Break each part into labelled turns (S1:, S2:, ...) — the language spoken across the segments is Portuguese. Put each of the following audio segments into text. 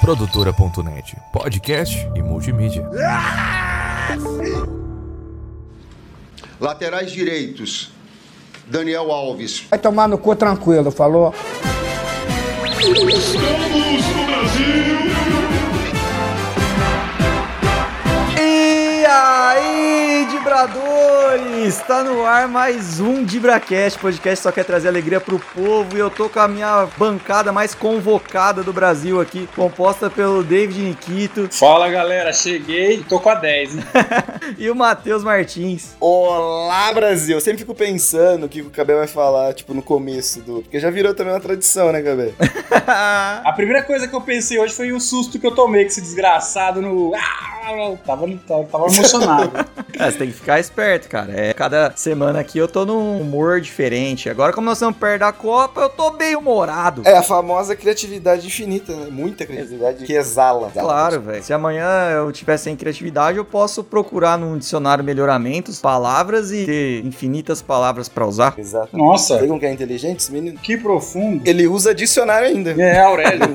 S1: Produtora.net, podcast e multimídia.
S2: Laterais direitos, Daniel Alves.
S3: Vai tomar no cu tranquilo, falou?
S4: E aí, Dibradores! Está no ar mais um DibraCast, podcast que só quer trazer alegria pro povo. E eu tô com a minha bancada mais convocada do Brasil aqui, composta pelo David Nikito
S5: Fala galera, cheguei, tô com a 10, né?
S4: e o Matheus Martins.
S6: Olá, Brasil! Eu sempre fico pensando o que o Cabé vai falar, tipo, no começo do. Porque já virou também uma tradição, né, Cabé?
S5: A primeira coisa que eu pensei hoje foi o susto que eu tomei com esse desgraçado no. Ah, eu tava, tava, tava emocionado.
S4: É, você tem que ficar esperto, cara. É, cada semana aqui eu tô num humor diferente. Agora, como nós estamos perto da Copa, eu tô bem humorado.
S6: É a famosa criatividade infinita, né? Muita criatividade que exala.
S4: Claro, velho. Se amanhã eu tiver sem criatividade, eu posso procurar num dicionário melhoramentos, palavras e ter infinitas palavras pra usar.
S6: Exato.
S5: Nossa,
S6: Ele não quer é inteligente, esse menino?
S5: que profundo.
S6: Ele usa dicionário ainda.
S5: É, Aurélio.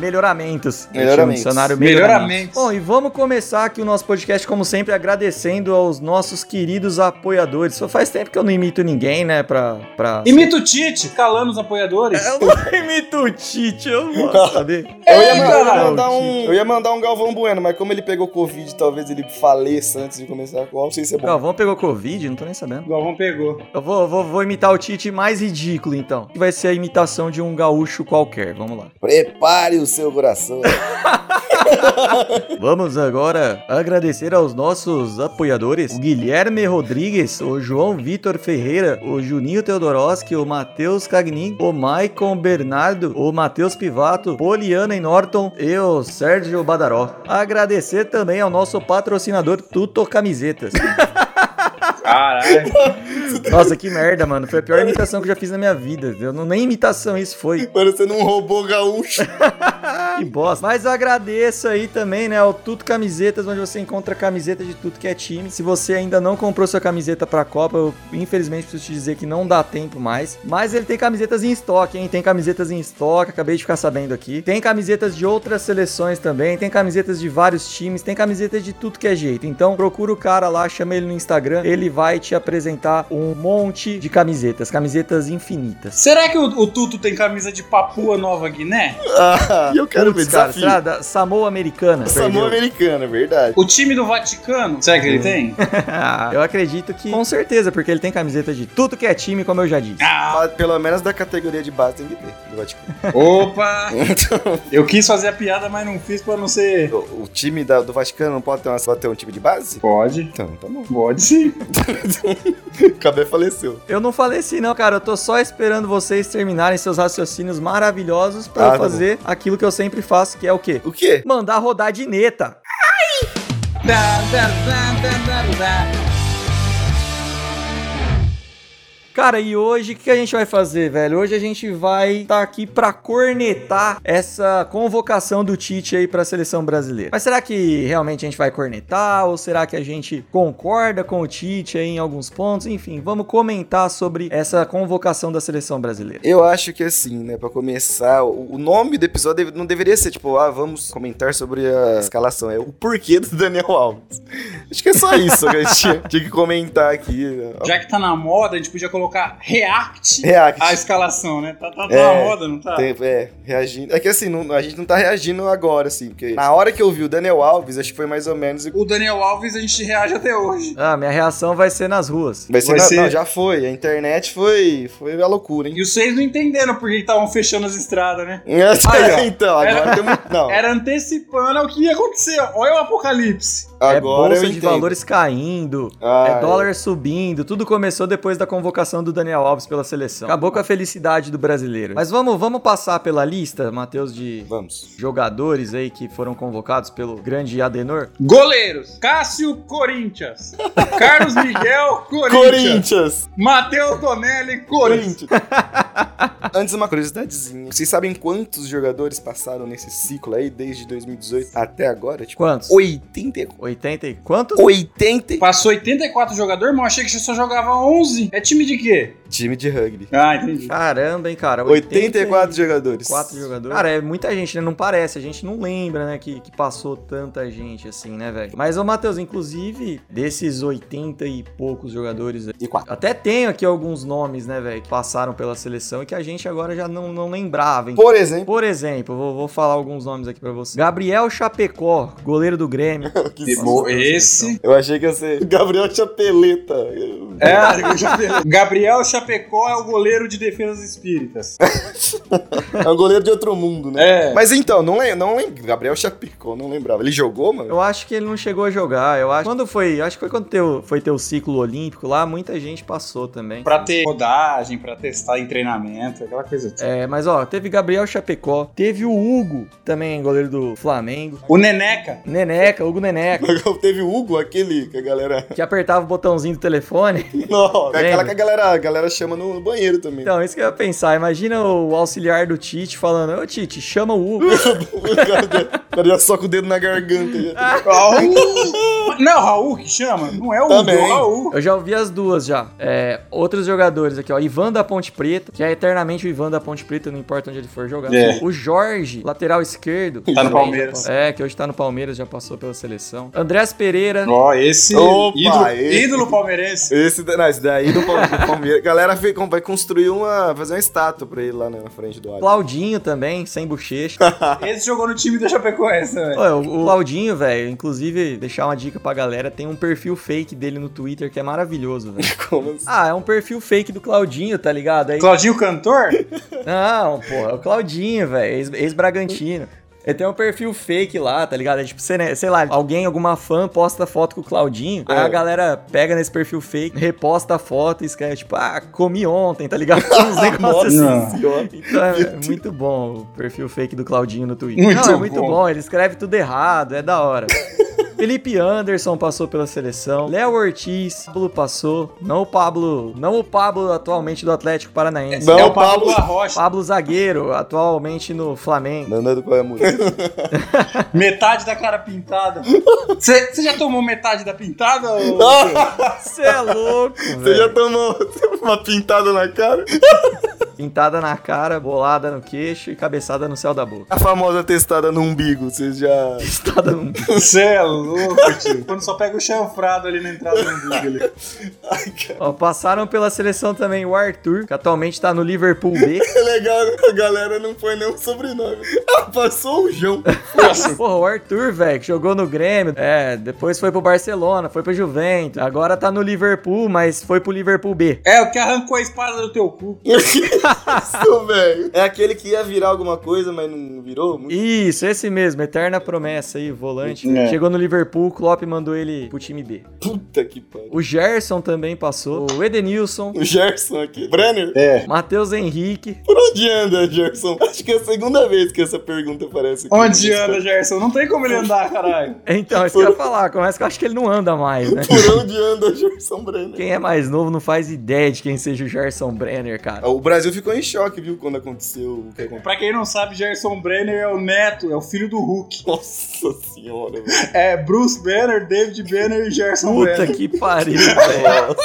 S4: Melhoramentos.
S6: Melhoramentos.
S4: Um dicionário
S5: Melhoramentos.
S4: Bom, e vamos começar aqui o nosso podcast, como sempre, agradecendo aos nossos queridos apoiadores. Só faz tempo que eu não imito ninguém, né? Pra. pra...
S5: Imita o Tite, calando os apoiadores.
S4: Eu não imito o Tite, eu não gosto, sabe?
S6: Eu ia, mandar,
S4: Eita,
S6: mandar
S4: Tite.
S6: um, eu ia mandar um Galvão Bueno, mas como ele pegou Covid, talvez ele faleça antes de começar a Copa. Não sei se é bom.
S4: Galvão pegou Covid, não tô nem sabendo.
S5: O Galvão pegou.
S4: Eu vou, vou, vou imitar o Tite mais ridículo, então. Que vai ser a imitação de um gaúcho qualquer. Vamos lá.
S6: Prepare o seu coração.
S4: Vamos agora agradecer aos nossos apoiadores: o Guilherme Rodrigues, o João Vitor Ferreira, o Juninho Teodoroski, o Matheus Cagnin, o Maicon Bernardo, o Matheus Pivato, Poliana e Norton e o Sérgio Badaró. Agradecer também ao nosso patrocinador Tuto Camisetas.
S5: Caralho.
S4: Nossa, que merda, mano. Foi a pior imitação que eu já fiz na minha vida. Eu não, nem imitação isso foi.
S6: Parecendo um robô gaúcho.
S4: Que bosta. Mas eu agradeço aí também, né? O Tuto Camisetas, onde você encontra camiseta de tudo que é time. Se você ainda não comprou sua camiseta pra Copa, eu infelizmente preciso te dizer que não dá tempo mais. Mas ele tem camisetas em estoque, hein? Tem camisetas em estoque, acabei de ficar sabendo aqui. Tem camisetas de outras seleções também, tem camisetas de vários times, tem camisetas de tudo que é jeito. Então procura o cara lá, chama ele no Instagram, ele vai te apresentar um monte de camisetas, camisetas infinitas.
S5: Será que o, o Tuto tem camisa de Papua Nova Guiné?
S6: Ah, e eu quero ver
S4: Putz, cara,
S6: desafio.
S4: será da Samoa Americana?
S6: Samoa americana, é verdade.
S5: O time do Vaticano? Será que ele tem?
S4: Ah, Eu acredito que com certeza, porque ele tem camiseta de tudo que é time, como eu já disse.
S5: Ah,
S6: Ah, Pelo menos da categoria de base tem que ter. do Vaticano.
S5: opa!
S6: Então,
S5: Eu quis fazer a piada, mas não fiz pra não ser.
S6: o- o time da- do Vaticano não pode ter, uma- pode ter um time de base?
S5: Pode.
S6: Então, tá bom.
S5: Pode sim.
S6: O Cabé faleceu.
S4: Eu não faleci não, cara. Eu tô só esperando vocês terminarem seus raciocínios maravilhosos pra
S6: Ah,
S4: eu
S6: tá
S4: fazer aquilo que eu sempre faço, que é o quê?
S6: O quê?
S4: Mandar rodar de neta.
S5: Da, da, da, da, da, da.
S4: Cara, e hoje o que a gente vai fazer, velho? Hoje a gente vai estar aqui pra cornetar essa convocação do Tite aí pra seleção brasileira. Mas será que realmente a gente vai cornetar ou será que a gente concorda com o Tite aí em alguns pontos? Enfim, vamos comentar sobre essa convocação da seleção brasileira.
S6: Eu acho que assim, né, pra começar, o o nome do episódio deve- não deveria ser tipo, ah, vamos comentar sobre a escalação, é o porquê do Daniel Alves. Acho que é só isso que a gente tinha, tinha que comentar aqui. né.
S5: Já que tá na moda, a gente podia colocar React
S6: React.
S5: à escalação, né? Tá, tá- tá
S6: É,
S5: na moda, não tá?
S6: Tem- é, reagindo. É que assim, não- a gente não tá reagindo agora, assim, porque na hora que eu vi o Daniel Alves, acho que foi mais ou menos.
S5: O Daniel Alves a gente reage até hoje.
S4: Ah, minha reação vai ser nas ruas.
S6: Vai ser,
S5: Vai
S6: na-
S5: ser-
S6: Não, já foi. A internet foi, foi a loucura, hein?
S5: E vocês não entenderam por que estavam fechando as estradas, né?
S6: Ah,
S5: ó.
S6: então, agora
S5: Era-
S6: tem muito. Não,
S5: Era antecipando ao que ia acontecer. Olha o apocalipse.
S6: agora
S4: é
S6: eu
S4: bolsa de
S6: entendo.
S4: valores caindo,
S6: Ah,
S4: é dólar subindo, tudo começou depois da convocação do Daniel Alves pela seleção. Acabou com a felicidade do brasileiro. Mas vamos, vamos passar pela lista, Matheus, de
S6: Vamos.
S4: jogadores aí que foram convocados pelo grande Adenor.
S5: Goleiros: Cássio Corinthians. Carlos Miguel Corinthians.
S6: Corinthians!
S5: Matheus Tonelli Corinthians.
S6: Corinthians! Antes, uma curiosidadezinha. Vocês sabem quantos jogadores passaram nesse ciclo aí, desde 2018 até agora? Tipo,
S4: Quantos?
S6: 80.
S4: 80 e quantos?
S6: 80
S5: Passou 84 jogadores, mas eu achei que só jogava 11. É time de quê?
S6: Time de rugby.
S5: Ah, entendi.
S4: Caramba, hein, cara.
S6: 84 jogadores.
S4: 4 jogadores. Cara, é muita gente, né? Não parece, a gente não lembra, né, que, que passou tanta gente assim, né, velho? Mas, ô, Matheus, inclusive, desses 80 e poucos jogadores,
S6: E 4.
S4: até tenho aqui alguns nomes, né, velho, que passaram pela seleção e que a gente agora já não, não lembrava. hein?
S6: Por exemplo,
S4: Por exemplo, vou, vou falar alguns nomes aqui pra você. Gabriel Chapecó, goleiro do Grêmio.
S5: Esse-
S4: Nossa,
S5: Esse.
S6: eu achei que ia ser Gabriel Chapeleta.
S5: É,
S6: Tá
S5: Gabriel Chapecó é o goleiro de defesas espíritas.
S6: É um goleiro de outro mundo, né?
S5: É.
S6: Mas então, não lembro. Não lembro. Gabriel Chapecó, não lembrava. Ele jogou, mano?
S4: Eu acho que ele não chegou a jogar. Eu acho. Quando foi? Acho que foi quando teu, foi teu ciclo olímpico lá, muita gente passou também.
S5: Pra ter rodagem, pra testar em treinamento, aquela coisa. toda.
S4: É, mas ó, teve Gabriel Chapecó, teve o Hugo, também goleiro do Flamengo.
S5: O Neneca.
S4: Neneca, Hugo Neneca,
S6: Teve o Hugo, aquele que a galera.
S4: que apertava o botãozinho do telefone.
S6: Nossa, é aquela
S4: Lembra?
S6: que a galera, a galera chama no banheiro também.
S4: Então, isso que eu ia pensar. Imagina o auxiliar do Tite falando: Ô Tite, chama o Hugo.
S6: o cara já- o cara já soca o dedo na garganta. já.
S5: Raul. Não, Raul que chama. Não é o Hugo,
S6: Também.
S5: é o Raul.
S4: Eu já ouvi as duas já. É, outros jogadores aqui, ó. Ivan da Ponte Preta, que é eternamente o Ivan da Ponte Preta, não importa onde ele for jogar.
S5: É.
S4: O Jorge, lateral esquerdo.
S5: Tá no
S4: também já
S5: Palmeiras.
S4: passou- É, que hoje tá no Palmeiras, já passou pela seleção. Andrés Pereira.
S5: Ó, esse
S6: Opa,
S5: ídolo,
S6: esse.
S5: ídolo palmeirense.
S6: Esse, da- não, esse daí do Palme- do Palmeiras. A galera fe- vai construir uma. fazer uma estátua pra ele lá na na frente do árbitro.
S4: Claudinho também, sem bochecha.
S5: Esse jogou no time da Chapecoense, velho.
S4: Olha, o o Claudinho, velho, inclusive, deixar uma dica pra galera, tem um perfil fake dele no Twitter que é maravilhoso, velho.
S6: Como assim?
S4: Ah, é um perfil fake do Claudinho, tá ligado? Aí,
S5: Claudinho Cantor?
S4: Não, porra, é o Claudinho, velho, ex- ex-Bragantino. Ele tem um perfil fake lá, tá ligado? É tipo, sei né, sei lá, alguém, alguma fã posta foto com o Claudinho, aí
S6: É.
S4: a galera pega nesse perfil fake, reposta a foto e escreve, tipo, ah, comi ontem, tá ligado? Uns negócios assim.
S5: Não.
S6: Senhora.
S4: Então é muito bom o perfil fake do Claudinho no Twitter.
S5: Muito
S4: Não, é
S5: bom.
S4: muito bom. ele escreve tudo errado, é da hora. Felipe Anderson passou pela seleção, Léo Ortiz, Pablo passou, não o Pablo, não o Pablo atualmente do Atlético Paranaense.
S6: Não,
S5: é o Pablo
S6: Pablo.
S5: Arrocha.
S4: Pablo zagueiro, atualmente no Flamengo.
S6: Nando qual é a música?
S5: Metade da cara pintada. Você você já tomou metade da pintada? ô?
S6: Ah,
S4: Você é louco,
S6: Você já
S4: velho.
S6: tomou uma pintada na cara?
S4: Pintada na cara, bolada no queixo e cabeçada no céu da boca.
S6: A famosa testada no umbigo, vocês já.
S4: Pistada num...
S5: Você é louco, tio. Quando só pega o chanfrado ali na entrada do Google. ali.
S6: Ai, cara.
S4: Ó, passaram pela seleção também o Arthur, que atualmente tá no Liverpool B.
S6: É legal, a galera não põe nenhum sobrenome. Ah, passou o João.
S4: Porra, o Arthur, velho, que jogou no Grêmio. É, depois foi pro Barcelona, foi pro Juventus. Agora tá no Liverpool, mas foi pro Liverpool B.
S5: É, o que arrancou a espada do teu cu.
S6: Isso, velho. É aquele que ia virar alguma coisa, mas não virou? Muito
S4: Isso, esse mesmo, eterna promessa aí, volante.
S5: É.
S4: Chegou no Liverpool, o Klopp mandou ele pro time B.
S6: puta que pariu.
S4: O Gerson também passou, o Edenilson,
S6: O Gerson aqui. Brenner?
S5: É.
S4: Matheus Henrique.
S6: Por onde anda, Gerson? Acho que é a segunda vez que essa pergunta aparece. aqui.
S5: Onde anda, Gerson? Não tem como ele andar, caralho.
S4: Então, isso que eu ia falar, começa que eu acho que ele não anda mais, né?
S6: Por onde anda, Gerson Brenner?
S4: Quem é mais novo não faz ideia de quem seja o Gerson Brenner, cara.
S6: Ah, O Brasil ficou em choque, viu, quando aconteceu o que aconteceu.
S5: Pra quem não sabe, Gerson Brenner é o neto, é o filho do Hulk.
S6: Nossa senhora, velho.
S5: É Bruce Banner, David Banner e Gerson
S4: Puta
S5: Banner.
S4: que pariu, velho.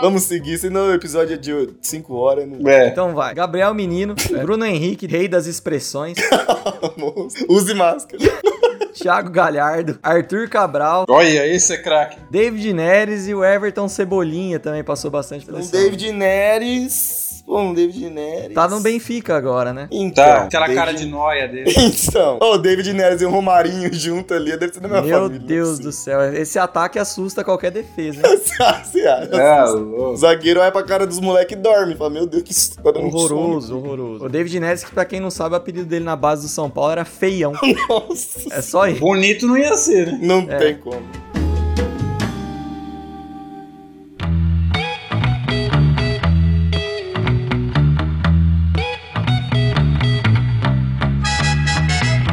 S6: Vamos seguir, senão o episódio é de 5 horas. Não...
S5: É.
S4: Então vai. Gabriel Menino, Bruno Henrique, rei das expressões,
S6: Nossa. Use máscara.
S4: Thiago Galhardo, Arthur Cabral,
S5: Olha, esse é craque.
S4: David Neres e o Everton Cebolinha também passou bastante pela
S6: Um
S4: seleção.
S6: David Neres. Pô, um David Neres.
S4: Tá no Benfica agora, né?
S6: Então,
S5: Tá, aquela
S6: David-
S5: cara de noia dele.
S6: Então, Ó, o David Neres e o Romarinho junto ali, deve ser da minha
S4: Meu
S6: família.
S4: Deus do céu, esse ataque assusta qualquer defesa. Hein?
S5: É,
S6: céu. O
S5: louco.
S6: zagueiro olha pra cara dos moleques e dorme. Fala, meu Deus, que isso tá dando um
S4: Horroroso, horroroso. O David Neres, que pra quem não sabe, o apelido dele na base do São Paulo era Feião.
S6: sono. Nossa.
S4: É só isso.
S5: Bonito não ia ser, né?
S6: Não
S4: É.
S6: tem como.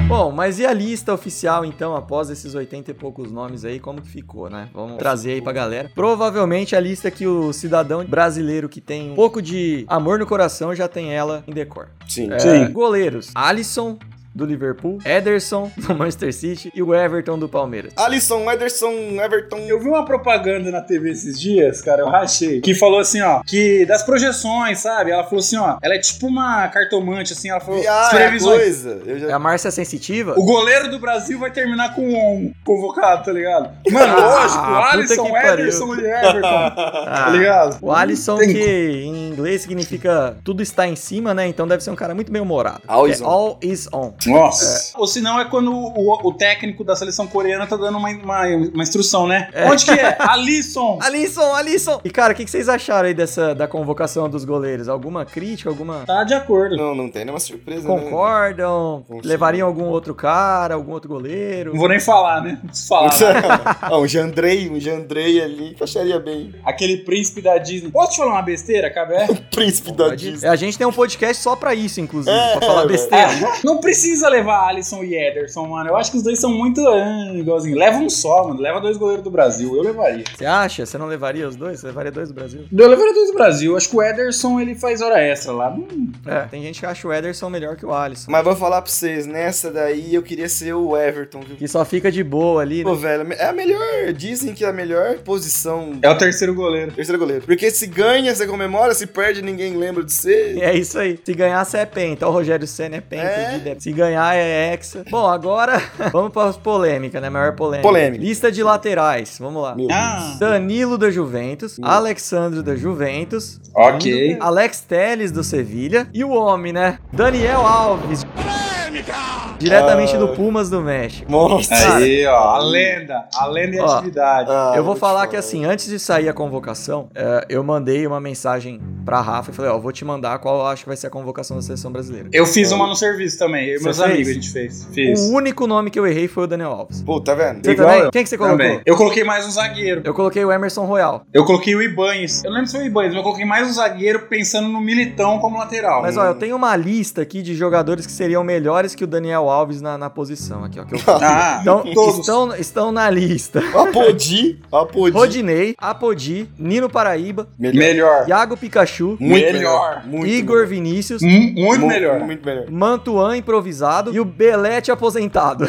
S4: Bom, mas e a lista oficial, então, após esses 80 e poucos nomes aí, como que ficou, né? Vamos trazer aí pra galera. Provavelmente a lista que o cidadão brasileiro que tem um pouco de amor no coração já tem ela em decor.
S6: Sim.
S4: É, Goleiros. Alisson, do Liverpool, Ederson do Manchester City e o Everton do Palmeiras.
S6: Alisson, Ederson, Everton.
S5: Eu vi uma propaganda na TV esses dias, cara, eu rachei, que falou assim, ó, que das projeções, sabe? Ela falou assim, ó, ela é tipo uma cartomante, assim, ela falou,
S6: Ah,
S5: as
S6: é a
S5: previsões.
S6: coisa. Eu já...
S4: É a Márcia Sensitiva?
S5: o goleiro do Brasil vai terminar com um convocado, tá ligado? Mano,
S4: Ah,
S5: lógico,
S4: puta
S5: Alisson,
S4: que pariu.
S5: Ederson e Everton, tá
S4: Ah,
S5: ligado?
S4: O Alisson,
S5: Tem
S4: que em inglês significa tudo está em cima, né? Então deve ser um cara muito bem humorado.
S6: All is
S4: Que é
S6: on.
S4: all is on.
S5: Nossa. Ou se não é quando o, o técnico da seleção coreana tá dando uma, uma, uma instrução, né? Onde que é? Alisson!
S4: Alisson, Alisson! E cara, o que, que vocês acharam aí dessa da convocação dos goleiros? Alguma crítica? Alguma.
S5: Tá de acordo.
S6: Não, não tem nenhuma surpresa, né?
S4: Concordam?
S6: Concordo.
S4: Levariam algum outro cara, algum outro goleiro?
S5: Não vou nem falar, né? Não preciso falar. né?
S6: ah, um Jandrei, um Jandrei ali, encaixaria bem.
S5: Aquele príncipe da Disney. Posso te falar uma besteira, Cabé?
S6: Príncipe da
S4: Pode?
S6: Disney.
S4: A gente tem um podcast só pra isso, inclusive,
S6: É,
S4: pra falar
S6: velho.
S4: besteira.
S5: Não precisa levar Alisson e Ederson, mano. Eu acho que os dois são muito ah, igualzinho. Leva um só, mano. Leva dois goleiros do Brasil. Eu levaria.
S4: Você acha? Você não levaria os dois? Você levaria dois do Brasil?
S5: Eu levaria dois do Brasil. Acho que o Ederson ele faz hora extra lá. Hum,
S4: É. Tem gente que acha o Ederson melhor que o Alisson.
S6: Mas vou falar pra vocês, nessa daí eu queria ser o Everton, viu?
S4: Que só fica de boa ali, né?
S6: Pô, velho, é a melhor, dizem que é a melhor posição.
S5: É o terceiro goleiro.
S6: Terceiro goleiro. Porque se ganha, você comemora, se perde, ninguém lembra de você.
S4: É isso aí. Se ganhar, você é penta. O Rogério Senna é penta.
S6: É.
S4: o Dida é- Se ganhar, é hexa. Bom, agora vamos para as polêmicas, né? Maior polêmica.
S6: Polêmica.
S4: Lista de laterais. Vamos lá.
S6: Meu
S5: Ah,
S4: Danilo da Juventus, Alexandre da Juventus,
S5: ok.
S4: Alex Teles do Sevilha e o homem, né? Daniel Alves.
S6: Ah,
S4: Diretamente do Pumas do México.
S6: Nossa.
S5: Aí, ó. A lenda. A lenda e a
S4: Ó.
S5: atividade.
S6: Ah,
S4: eu vou
S6: te
S4: falar que assim, antes de sair a convocação, é, eu mandei uma mensagem pra Rafa e falei, ó, vou te mandar qual eu acho que vai ser a convocação da seleção brasileira.
S5: Eu fiz uma no serviço também. Eu e
S4: Você
S5: meus
S4: fez?
S5: amigos a gente fez. Fiz.
S4: O único nome que eu errei foi o Daniel Alves.
S6: Pô, tá vendo?
S4: Você
S5: Igual
S4: também?
S5: eu.
S4: Quem que você colocou?
S5: Também. Eu coloquei mais um zagueiro.
S4: Eu coloquei o Emerson Royal.
S5: Eu coloquei o Ibanez. Eu não lembro se foi o Ibanez, mas eu coloquei mais um zagueiro pensando no Militão como lateral.
S4: Mas ó, eu tenho uma lista aqui de jogadores que seriam melhores que o Daniel Alves na, na posição aqui, ó. Que eu...
S5: Ah,
S4: então,
S5: todos.
S4: estão, estão na lista.
S6: Apodi, Apodi.
S4: Rodinei, Apodi, Nino Paraíba,
S5: Melhor.
S4: Iago Pikachu,
S6: Muito
S5: Melhor.
S6: melhor. Muito
S4: Igor
S6: melhor.
S4: Vinícius,
S5: Mu- Muito
S6: Mu-
S5: melhor.
S6: Muito melhor.
S4: Mantuan improvisado e o Belete aposentado.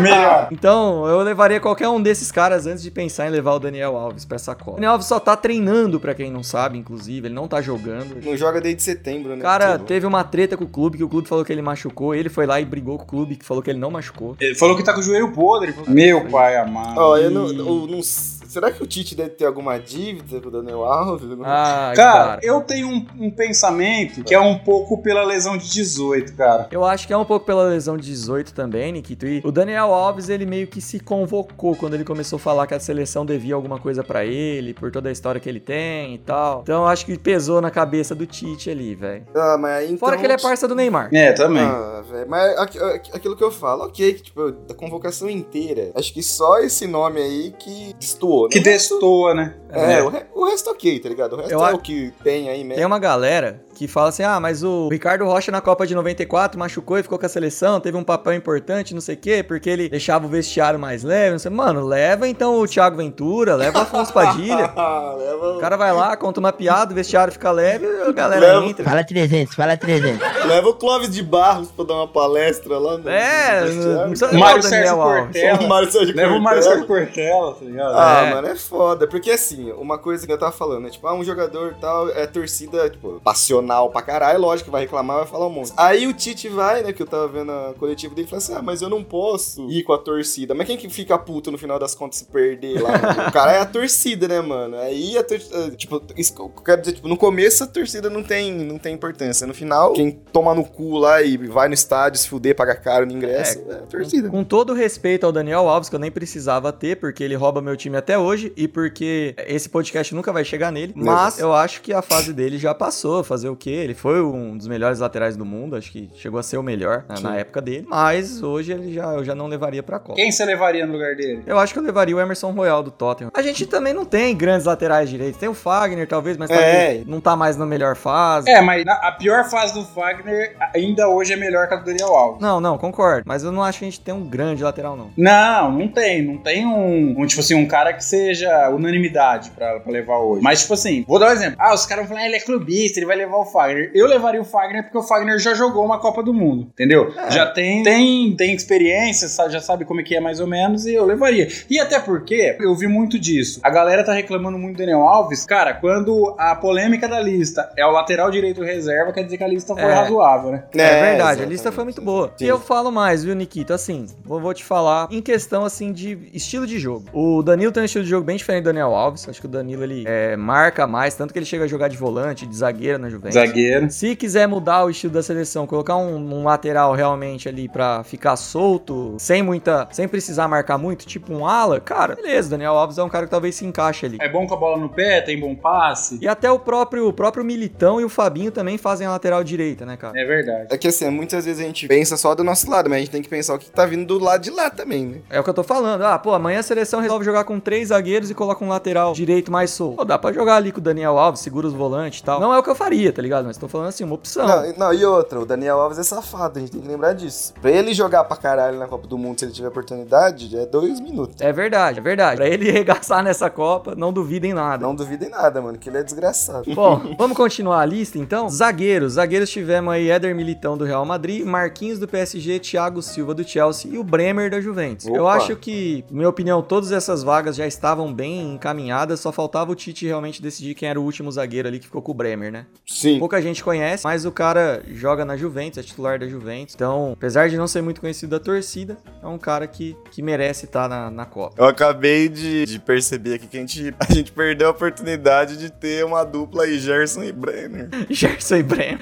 S5: melhor.
S4: Então, eu levaria qualquer um desses caras antes de pensar em levar o Daniel Alves pra essa Copa. O Daniel Alves só tá treinando, pra quem não sabe, inclusive, ele não tá jogando.
S6: Não joga desde setembro, né?
S4: Cara,
S6: Tudo.
S4: teve uma treta com o clube, que o clube falou que ele machucou, ele foi lá e brigou com o clube, que falou que ele não machucou.
S5: Ele falou que tá com o joelho podre. Meu pai amado.
S6: Ó, eu não, eu não- Será que o Tite deve ter alguma dívida com o Daniel Alves?
S4: Ah,
S5: Cara,
S4: cara.
S5: eu tenho um, um pensamento que é um pouco pela lesão de 18, cara.
S4: Eu acho que é um pouco pela lesão de 18 também, Nikito. E o Daniel Alves, ele meio que se convocou quando ele começou a falar que a seleção devia alguma coisa pra ele, por toda a história que ele tem e tal. Então, eu acho que pesou na cabeça do Tite ali, velho.
S6: Ah, mas aí então...
S4: Fora que ele é parça do Neymar.
S5: É, também.
S6: Ah, velho, mas aqu- aqu- aquilo que eu falo, ok, que, tipo, da convocação inteira, acho que só esse nome aí que destoou.
S5: Que
S6: né?
S5: destoa, né?
S6: É, O, re- o resto ok, tá ligado? O resto
S4: Eu
S6: é
S4: a-
S6: o que tem aí
S4: Tem
S6: mesmo.
S4: uma galera que fala assim: ah, mas o Ricardo Rocha na Copa de 94 machucou e ficou com a seleção, teve um papel importante, não sei o quê, porque ele deixava o vestiário mais leve. Não sei. Mano, leva então o Thiago Ventura, leva o Afonso Padilha.
S6: Ah, leva,
S4: O cara vai lá, conta uma piada, o vestiário fica leve e a galera
S6: Leva.
S4: entra.
S7: Fala 300, fala 300.
S6: leva o Clóvis de Barros pra dar uma palestra lá no.
S4: É,
S6: no
S4: não é.
S6: vestiário.
S4: precisa
S5: Mário
S4: levar o
S5: Sérgio
S4: Daniel Alves.
S5: Cortella.
S6: O Mário Sérgio
S5: Leva o
S6: Cortella.
S5: Mário Sérgio Cortella, tá ligado?
S6: Ah,
S4: É.
S6: mano, é foda. Porque assim, uma coisa que eu tava falando, né? Tipo, ah, um jogador e tal, é torcida, tipo, passional pra caralho, lógico, vai reclamar, vai falar um monte. Aí o Tite vai, né, que eu tava vendo a coletiva dele, e fala assim, ah, mas eu não posso ir com a torcida. Mas quem que fica puto no final das contas se perder lá? mano? o cara é a torcida, né, mano? Aí a torcida, tipo, isso que eu quero dizer, tipo, no começo a torcida não tem, não tem importância. No final, quem toma no cu lá e vai no estádio, se fuder, paga caro no ingresso, é, a torcida.
S4: Com todo respeito ao Daniel Alves, que eu nem precisava ter, porque ele rouba meu time até hoje e porque esse podcast nunca vai chegar nele.
S6: Meu
S4: Mas
S6: Deus.
S4: eu acho que a fase dele já passou. Fazer o quê? Ele foi um dos melhores laterais do mundo, acho que chegou a ser o melhor né, na
S6: Sim.
S4: época dele. Mas hoje ele já, eu já não levaria pra Copa.
S5: Quem você levaria no lugar dele?
S4: Eu acho que eu levaria o Emerson Royal do Tottenham. A gente também não tem grandes laterais direitos. Tem o Fagner, talvez, mas
S6: É.
S4: talvez não tá mais na melhor fase.
S5: É, mas na- a pior fase do Fagner ainda hoje é melhor que a do Daniel Alves.
S4: Não, não, concordo. Mas eu não acho que a gente tem um grande lateral, não.
S5: Não, não tem. Não tem um, um, tipo assim, um cara que seja unanimidade pra, pra levar hoje. Mas, tipo assim, vou dar um exemplo. Ah, os caras vão falar, ah, ele é clubista, ele vai levar o o Fagner. Eu levaria o Fagner porque o Fagner já jogou uma Copa do Mundo, entendeu? Já tem, tem, tem experiência, sa- já sabe como é que é mais ou menos, e eu levaria. E até porque eu vi muito disso. A galera tá reclamando muito do Daniel Alves. Cara, quando a polêmica da lista é o lateral direito reserva, quer dizer que a lista foi
S4: É.
S5: razoável, né?
S4: É, verdade, a lista foi muito boa. E eu falo mais, viu, Nikito? Assim, vou, vou te falar em questão, assim, de estilo de jogo. O Danilo tem um estilo de jogo bem diferente do Daniel Alves. Acho que o Danilo, ele é, marca mais, tanto que ele chega a jogar de volante, de zagueiro na Juventus.
S5: Zagueiro.
S4: Se quiser mudar o estilo da seleção, colocar um, um lateral realmente ali pra ficar solto, sem muita, sem precisar marcar muito, tipo um ala, cara, beleza, o Daniel Alves é um cara que talvez se encaixe ali.
S5: É bom com a bola no pé, tem bom passe.
S4: E até o próprio, o próprio Militão e o Fabinho também fazem a lateral direita, né, cara?
S5: É verdade.
S6: É que assim, muitas vezes a gente pensa só do nosso lado, mas a gente tem que pensar o que tá vindo do lado de lá também, né?
S4: É o que eu tô falando. Ah, pô, amanhã a seleção resolve jogar com três zagueiros e coloca um lateral direito mais solto. Pô, dá pra jogar ali com o Daniel Alves, segura os volantes e tal. Não é o que eu faria, tá ligado? Mas tô falando assim, uma opção.
S6: Não, e- não, e outra, o Daniel Alves é safado, a gente tem que lembrar disso. Pra ele jogar pra caralho na Copa do Mundo, se ele tiver oportunidade, é dois minutos.
S4: É verdade, é verdade. Pra ele regaçar nessa Copa, não duvidem nada.
S6: Não duvidem nada, mano, que ele é desgraçado.
S4: Bom, vamos continuar a lista então? Zagueiros. Zagueiros tivemos aí Éder Militão do Real Madrid, Marquinhos do PSG, Thiago Silva do Chelsea e o Bremer da Juventus. Eu
S6: Opa.
S4: acho que, na minha opinião, todas essas vagas já estavam bem encaminhadas, só faltava o Tite realmente decidir quem era o último zagueiro ali que ficou com o Bremer, né?
S6: Sim.
S4: Pouca gente conhece, mas o cara joga na Juventus, é titular da Juventus. Então, apesar de não ser muito conhecido da torcida, é um cara que, que merece estar na, na Copa.
S6: Eu acabei de, de perceber aqui que a gente, a gente perdeu a oportunidade de ter uma dupla aí, Gerson e Brenner.
S4: Gerson e Bremer.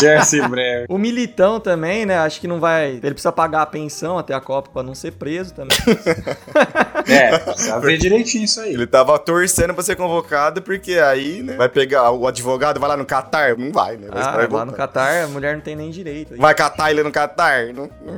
S5: Jesse Bremer.
S4: O Militão também, né? Acho que não vai. Ele precisa pagar a pensão até a Copa pra não ser preso também.
S5: É, precisa ver direitinho isso aí.
S6: Ele tava torcendo pra ser convocado, porque aí, né, vai pegar o advogado, vai lá no Catar? Não vai, né? Vai
S4: Ah,
S6: esperar
S4: lá
S6: ele
S4: no
S6: voltar.
S4: Catar, a mulher não tem nem direito.
S6: Vai catar ele no Catar? Não, não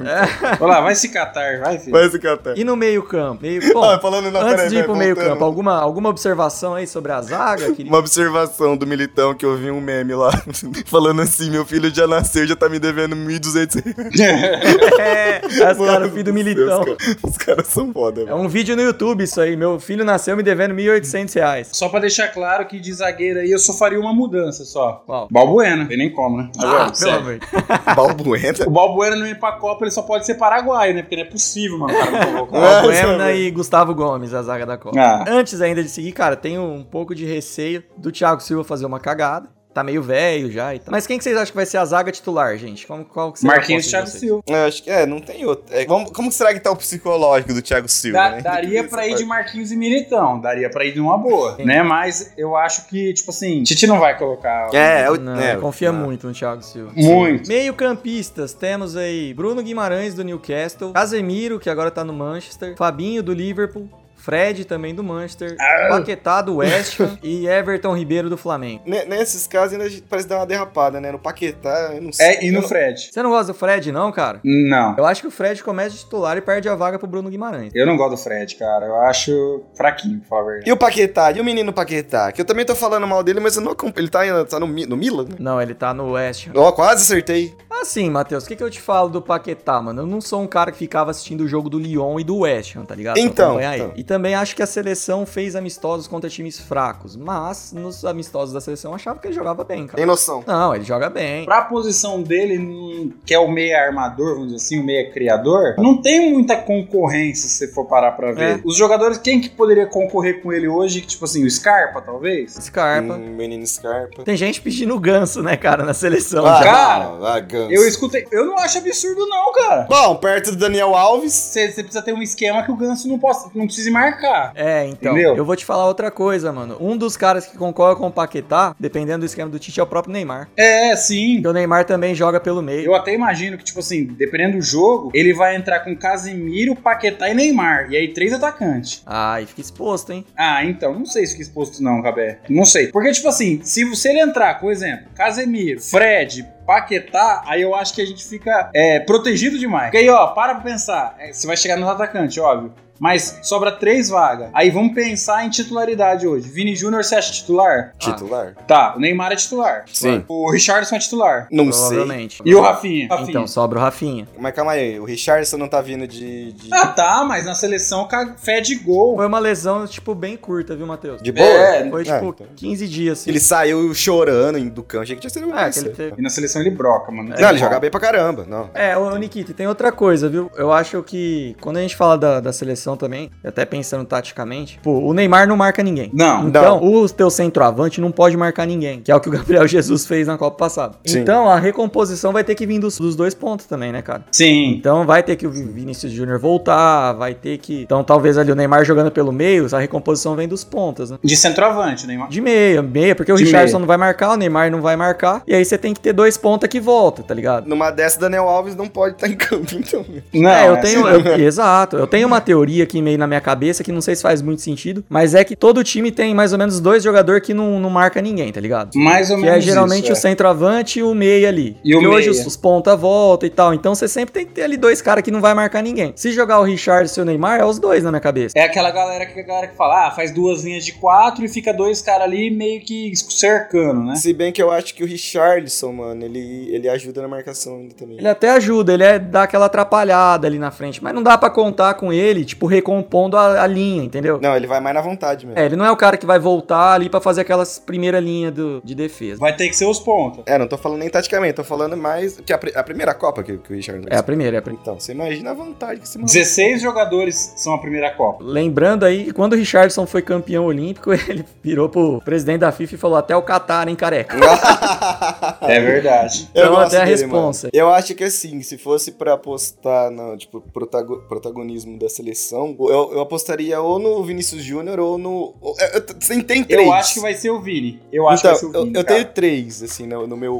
S5: Olha lá, vai se catar, vai, filho.
S6: vai se catar.
S4: E no meio-campo? Meio... Bom,
S6: Ah, falando na
S4: antes
S6: peraí,
S4: de ir
S6: vai,
S4: pro
S6: voltando.
S4: meio-campo, alguma, alguma observação aí sobre a zaga? querido?
S6: Uma observação do militão que eu vi um meme lá, falando assim: meu filho já nasceu, já tá me devendo 1.200 reais.
S4: É, as caras,
S6: Mano
S4: o filho do
S6: céu,
S4: Militão.
S6: Os caras os caras são foda,
S4: É
S6: velho.
S4: um vídeo no YouTube isso aí. Meu filho nasceu me devendo 1.800 reais.
S5: Só pra deixar claro que de zagueiro aí eu só faria uma mudança só.
S4: Qual?
S5: Balbuena. Tem nem como, né? Agora,
S4: Ah, pelo
S5: sério.
S4: amor de
S6: Balbuena.
S5: O Balbuena não ir pra Copa, ele só pode ser paraguaio, né? Porque não é possível, mano. o Cara, não convocar.
S6: Ah,
S4: Buena
S6: sabe.
S4: e Gustavo Gomes, a zaga da Copa.
S5: Ah.
S4: Antes ainda de seguir, cara, tenho um pouco de receio do Thiago Silva fazer uma cagada. Tá meio velho já e tal. Mas quem que vocês acham que vai ser a zaga titular, gente? Como, qual que será a
S5: Marquinhos
S4: aposta é de
S5: Thiago
S4: vocês?
S5: Silva.
S6: Eu acho que é, não tem outro. É, vamos- como será que tá o psicológico do Thiago Silva?
S5: Da-
S6: né?
S5: daria pra ir de Marquinhos e Militão. Daria pra ir de uma boa, né? Mas eu acho que, tipo assim, Titi não vai colocar.
S6: É, é o.
S4: Não,
S6: é,
S4: confia
S6: não.
S4: muito no Thiago Silva.
S5: Muito.
S4: Meio campistas, temos aí Bruno Guimarães do Newcastle, Casemiro, que agora tá no Manchester, Fabinho do Liverpool, Fred também do Manchester, Paquetá do West Ham e Everton Ribeiro do Flamengo.
S6: Ne- Nesses casos ainda a gente parece dar uma derrapada, né? No Paquetá, eu não sei.
S5: É, e no
S6: Eu-
S5: Fred?
S4: Você não gosta do Fred não, cara?
S5: Não.
S4: Eu acho que o Fred começa de titular e perde a vaga pro Bruno Guimarães.
S5: Eu não gosto do Fred, cara. Eu acho fraquinho, por favor.
S6: E o Paquetá? E o menino Paquetá? Que eu também tô falando mal dele, mas eu não acompanho. Ele tá, ainda- tá no, Mi- no Milan? né?
S4: Não, ele tá no West Ham.
S6: Ó, quase acertei.
S4: Assim, Matheus, o que, que eu te falo do Paquetá, mano? Eu não sou um cara que ficava assistindo o jogo do Lyon e do West Ham, tá ligado?
S6: Então,
S4: Acompanhar
S6: então.
S4: ele. E também acho que a seleção fez amistosos contra times fracos, mas nos amistosos da seleção eu achava que ele jogava bem, cara.
S6: Tem noção.
S4: Não, ele joga bem.
S5: Pra posição dele, hum, que é o meia armador, vamos dizer assim, o meia criador, não tem muita concorrência se você for parar pra ver.
S4: É.
S5: Os jogadores, quem que poderia concorrer com ele hoje? Tipo assim, o Scarpa, talvez?
S4: Scarpa.
S6: Hum, menino Scarpa.
S4: Tem gente pedindo o ganso, né, cara, na seleção.
S6: Ah,
S4: já.
S5: Cara,
S6: não, ah, ganso.
S5: Eu escutei. Eu não acho absurdo, não, cara.
S6: Bom, perto do Daniel Alves.
S5: Você você precisa ter um esquema que o Ganso não, possa, não precise marcar.
S4: É, então.
S5: Entendeu?
S4: Eu vou te falar outra coisa, mano. Um dos caras que concorre com o Paquetá, dependendo do esquema do Tite, é o próprio Neymar.
S5: É, sim.
S4: Porque o Neymar também joga pelo meio.
S5: Eu até imagino que, tipo assim, dependendo do jogo, ele vai entrar com Casemiro, Paquetá e Neymar. E aí, três atacantes.
S4: Ai, fica exposto, hein?
S5: Ah, então, não sei se fica exposto não, Cabé. Não sei. Porque, tipo assim, se você ele entrar, por exemplo, Casemiro, Fred, Paquetá, aí eu acho que a gente fica é, protegido demais. Porque aí, ó, para pra pensar. É, você vai chegar nos atacantes, óbvio. Mas sobra três vagas. Aí vamos pensar em titularidade hoje. Vini Júnior, você acha titular?
S6: Ah, Titular?
S5: Tá, o Neymar é titular.
S6: Sim.
S5: O Richardson é titular.
S6: Não sei.
S4: Provavelmente.
S5: E o Rafinha? Rafinha.
S4: Então, sobra o Rafinha.
S6: Mas calma aí, o Richardson não tá vindo de. de,
S5: Ah, tá, mas na seleção ca- fede gol.
S4: Foi uma lesão, tipo, bem curta, viu, Matheus?
S6: de boa?
S5: É,
S4: Foi,
S6: Ah,
S4: tipo,
S6: então.
S4: 15 dias, assim.
S6: Ele saiu chorando em- do campo. Achei que tinha sido
S4: É,
S6: isso.
S4: que ele teve-
S5: E na seleção ele broca, mano.
S6: Não, ele joga bem pra caramba. Não.
S4: É, ô Nikita, e tem outra coisa, viu? Eu acho que quando a gente fala da, da seleção também, até pensando taticamente, pô, o Neymar não marca ninguém.
S5: Não.
S4: Então, o teu centroavante não pode marcar ninguém, que é o que o Gabriel Jesus fez na Copa passada.
S6: Sim.
S4: Então, a recomposição vai ter que vir dos, dos dois pontos também, né, cara?
S5: Sim.
S4: Então vai ter que o Vinícius Júnior voltar, vai ter que. Então talvez ali o Neymar jogando pelo meio, a recomposição vem dos pontas, né?
S5: De centroavante, o Neymar.
S4: De meia, meia, porque o
S5: De
S4: Richardson
S5: meia.
S4: não vai marcar, o Neymar não vai marcar. E aí você tem que ter dois pontas que volta, tá ligado?
S6: Numa dessa, Daniel Alves não pode estar em campo, então.
S5: Não,
S4: é, eu
S5: é
S4: tenho. eu- exato. Eu tenho uma teoria aqui meio na minha cabeça que não sei se faz muito sentido, mas é que todo time tem mais ou menos dois jogadores que não, não marca ninguém, tá ligado?
S5: Mais ou
S4: Que
S5: menos.
S4: é geralmente
S5: isso,
S4: o centroavante e o meia ali.
S5: E o
S4: que hoje
S5: meia.
S4: os, os ponta volta e tal. Então você sempre tem que ter ali dois caras que não vai marcar ninguém. Se jogar o Richard e o Neymar, é os dois na minha cabeça.
S5: É aquela galera que a galera que fala, ah, faz duas linhas de quatro e fica dois caras ali meio que cercando, né?
S6: Se bem que eu acho que o Richardson, mano, ele, ele ajuda na marcação ainda também.
S4: Ele até ajuda, ele é, dá aquela atrapalhada ali na frente, mas não dá pra contar com ele, tipo, recompondo a, a linha, entendeu?
S6: Não, ele vai mais na vontade mesmo.
S4: É, ele não é o cara que vai voltar ali pra fazer aquelas primeira linha do- de defesa.
S5: Vai ter que ser os pontas.
S6: É, não tô falando nem taticamente, tô falando mais. Porque a, pri- a primeira Copa que, que o Richard
S4: É a primeira, é a primeira.
S6: Então, você imagina a vontade que esse maluco.
S5: 16 jogadores são a primeira Copa.
S4: Lembrando aí, que quando o Richardson foi campeão olímpico, ele virou pro presidente da FIFA e falou até o Catar, hein, careca.
S6: Ah,
S5: É verdade.
S4: Então,
S6: gosto
S4: até a
S6: dele,
S4: responsa.
S6: mano. Eu acho que assim, se fosse pra apostar no tipo, protago- protagonismo da seleção, eu, eu apostaria ou no Vinícius Júnior ou no. ou- é, eu- eu- Tem, tem três.
S5: Eu acho que vai ser o Vini. Eu acho
S6: Então,
S5: que vai ser o
S6: eu,
S5: Vini.
S6: eu
S5: cara.
S6: tenho três, assim, no, no meu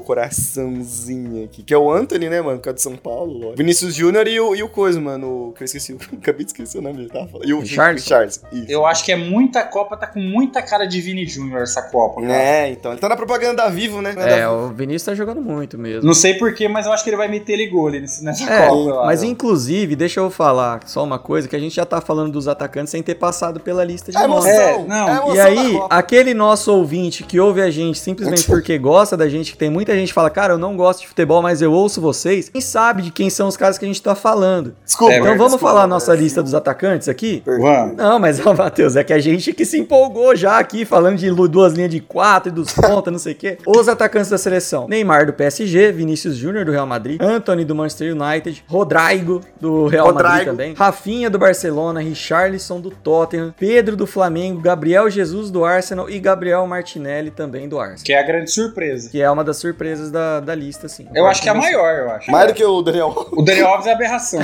S6: coraçãozinho aqui. Que é o Anthony, né, mano? Que é de São Paulo. lógico. Vinícius Júnior e o, e o Coisa, mano. o- Que eu esqueci. eu Acabei de esquecer o nome dele. Tava falando. E o
S4: Richardson?
S6: Richardson. Isso.
S5: Eu acho que é muita Copa, tá com muita cara de Vini Júnior essa Copa, cara.
S6: É, então. Ele tá na propaganda da Vivo, né?
S4: É,
S6: Da-
S4: o Vinícius tá jogando muito mesmo.
S5: Não sei porquê, mas eu acho que ele vai meter ele gol ali nesse- nessa
S4: É,
S5: Copa. eu
S4: mas
S5: acho.
S4: inclusive, deixa eu falar só uma coisa, que a gente já tá falando dos atacantes sem ter passado pela lista de
S6: É
S4: nomes.
S6: emoção.
S5: É,
S6: É,
S5: não.
S6: a
S5: E
S6: emoção
S4: E
S6: da
S4: aí,
S6: Copa.
S4: aquele nosso ouvinte que ouve a gente simplesmente porque gosta da gente, que tem muita gente que fala, cara, eu não gosto de futebol, mas eu ouço vocês, quem sabe de quem são os caras que a gente tá falando.
S6: Desculpa.
S5: É,
S4: Então
S5: Marcos,
S4: vamos
S6: desculpa,
S4: falar a nossa
S6: Brasil.
S4: lista dos atacantes aqui?
S5: Vamos.
S4: Não, mas, ó, Matheus, é que a gente que se empolgou já aqui, falando de lu- duas linhas de quatro e dos pontas, não sei o quê. Os atacantes da seleção. Neymar, do PSG. Vinícius Júnior, do Real Madrid. Anthony, do Manchester United. Rodrigo, do Real Madrid
S6: Rodrigo.
S4: também. Rafinha, do Barcelona. Richarlison, do Tottenham. Pedro, do Flamengo. Gabriel Jesus, do Arsenal. E Gabriel Martinelli, também do Arsenal.
S5: Que é a grande surpresa.
S4: Que é uma das surpresas da, da lista, assim.
S5: Eu acho que é a maior, eu acho.
S6: Mais do que o Daniel.
S5: O Daniel Alves é aberração.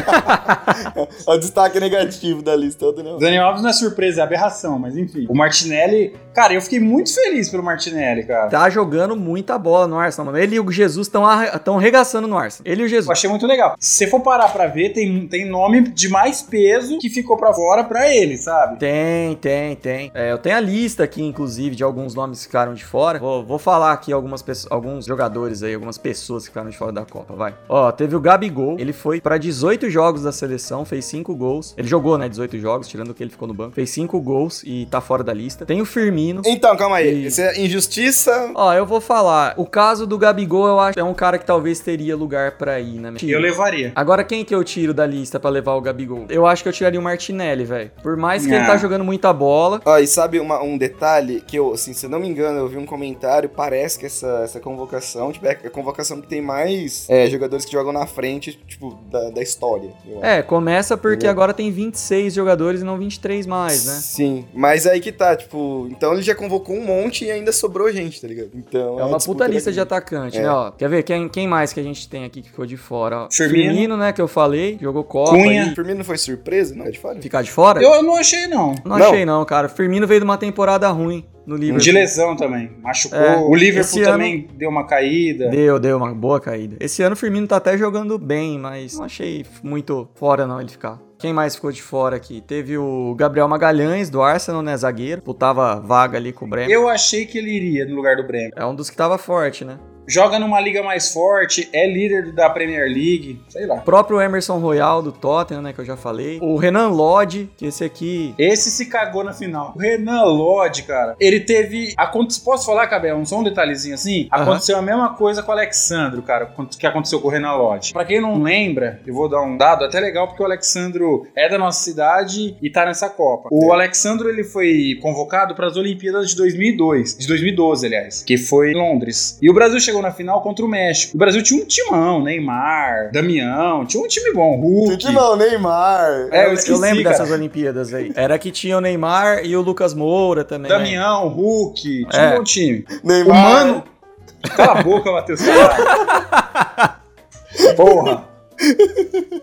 S6: o destaque negativo da lista é o Daniel.
S5: O Daniel Alves não é surpresa, é aberração, mas enfim. O Martinelli, cara, eu fiquei muito feliz pelo Martinelli, cara.
S4: Tá jogando muita bola no Arsenal, mano. Ele e o Jesus estão arregaçando no Arsenal. Ele e o Jesus.
S5: Eu achei muito legal. Se você for parar pra ver, tem, tem nome de mais peso que ficou pra fora pra ele, sabe?
S4: Tem, tem, tem. É, eu tenho a lista aqui, inclusive, de alguns nomes que ficaram de fora. Vou, vou falar aqui algumas pesso- alguns jogadores aí, algumas pessoas que ficaram de fora da Copa, vai. Ó, teve o Gabigol, ele foi pra 18 jogos da seleção, fez 5 gols. Ele jogou, né, 18 jogos, tirando que ele ficou no banco. Fez 5 gols e tá fora da lista. Tem o Firmino.
S6: Então, calma aí.
S4: E-
S6: Isso é injustiça.
S4: Ó, eu vou falar. O caso do Gabigol, eu acho que é um cara que talvez teria lugar pra ir, né?
S5: Eu levaria.
S4: Agora, quem que eu tiro da lista pra levar o Gabigol? Eu acho que eu tiraria o Martinelli, velho. Por mais que ele
S5: Ah.
S4: tá jogando muita bola,
S6: Ó, e sabe uma- um detalhe que eu, assim, se eu não me engano, eu vi um comentário, parece que essa, essa convocação, tipo, é a convocação que tem mais é, jogadores que jogam na frente, tipo, da, da história. eu acho.
S4: É, começa porque
S6: Entendeu?
S4: agora tem 26 jogadores e não 23 mais, né?
S6: Sim, mas aí que tá, tipo, então ele já convocou um monte e ainda sobrou gente, tá ligado? Então,
S4: É uma
S6: disputa
S4: puta lista de
S6: legal.
S4: atacante,
S6: É.
S4: né? Ó, quer ver quem, quem mais que a gente tem aqui que ficou de fora? Ó,
S5: Firmino.
S4: né? Que eu falei, jogou Copa.
S5: Cunha.
S4: aí.
S6: O Firmino não foi surpresa? Não, é de fora?
S4: Ficar de fora?
S5: Eu não achei, não.
S4: Não,
S6: Não.
S4: achei não, cara. Firmino veio de uma temporada ruim no Liverpool.
S5: De lesão também. Machucou.
S4: É.
S5: O Liverpool
S4: Esse ano-
S5: também deu uma caída.
S4: Deu, deu uma boa caída. Esse ano o Firmino tá até jogando bem, mas não achei muito fora não ele ficar. Quem mais ficou de fora aqui? Teve o Gabriel Magalhães do Arsenal, né, zagueiro, putava vaga ali com o Bremen.
S5: Eu achei que ele iria no lugar do Bremen.
S4: É um dos que tava forte, né?
S5: joga numa liga mais forte, é líder da Premier League, sei lá.
S4: O próprio Emerson Royal do Tottenham, né, que eu já falei. O Renan Lodge, que esse aqui
S5: Esse se cagou na final. O Renan Lodge, cara, ele teve. Aconte... Posso falar, Cabel? Só um detalhezinho assim?
S4: Aham.
S5: Aconteceu a mesma coisa com o Alexandro, cara, que aconteceu com o Renan Lodge. Pra quem não lembra, eu vou dar um dado até legal, porque o Alexandro é da nossa cidade e tá nessa Copa. O Alexandro, ele foi convocado para as Olimpíadas de 2002, de 2012, aliás, que foi em Londres. E o Brasil chegou na final contra o México. O Brasil tinha um timão, Neymar, Damião, tinha um time bom, Hulk.
S6: Que não, Neymar.
S5: É, eu,
S4: eu,
S5: esqueci,
S4: lembro
S5: cara.
S4: dessas Olimpíadas aí. Era que tinha o Neymar e o Lucas Moura também. né?
S5: Damião, Hulk, tinha
S4: É.
S5: um bom time. O
S6: Neymar.
S5: Mano. Cala a boca, Matheus. caralho. Porra.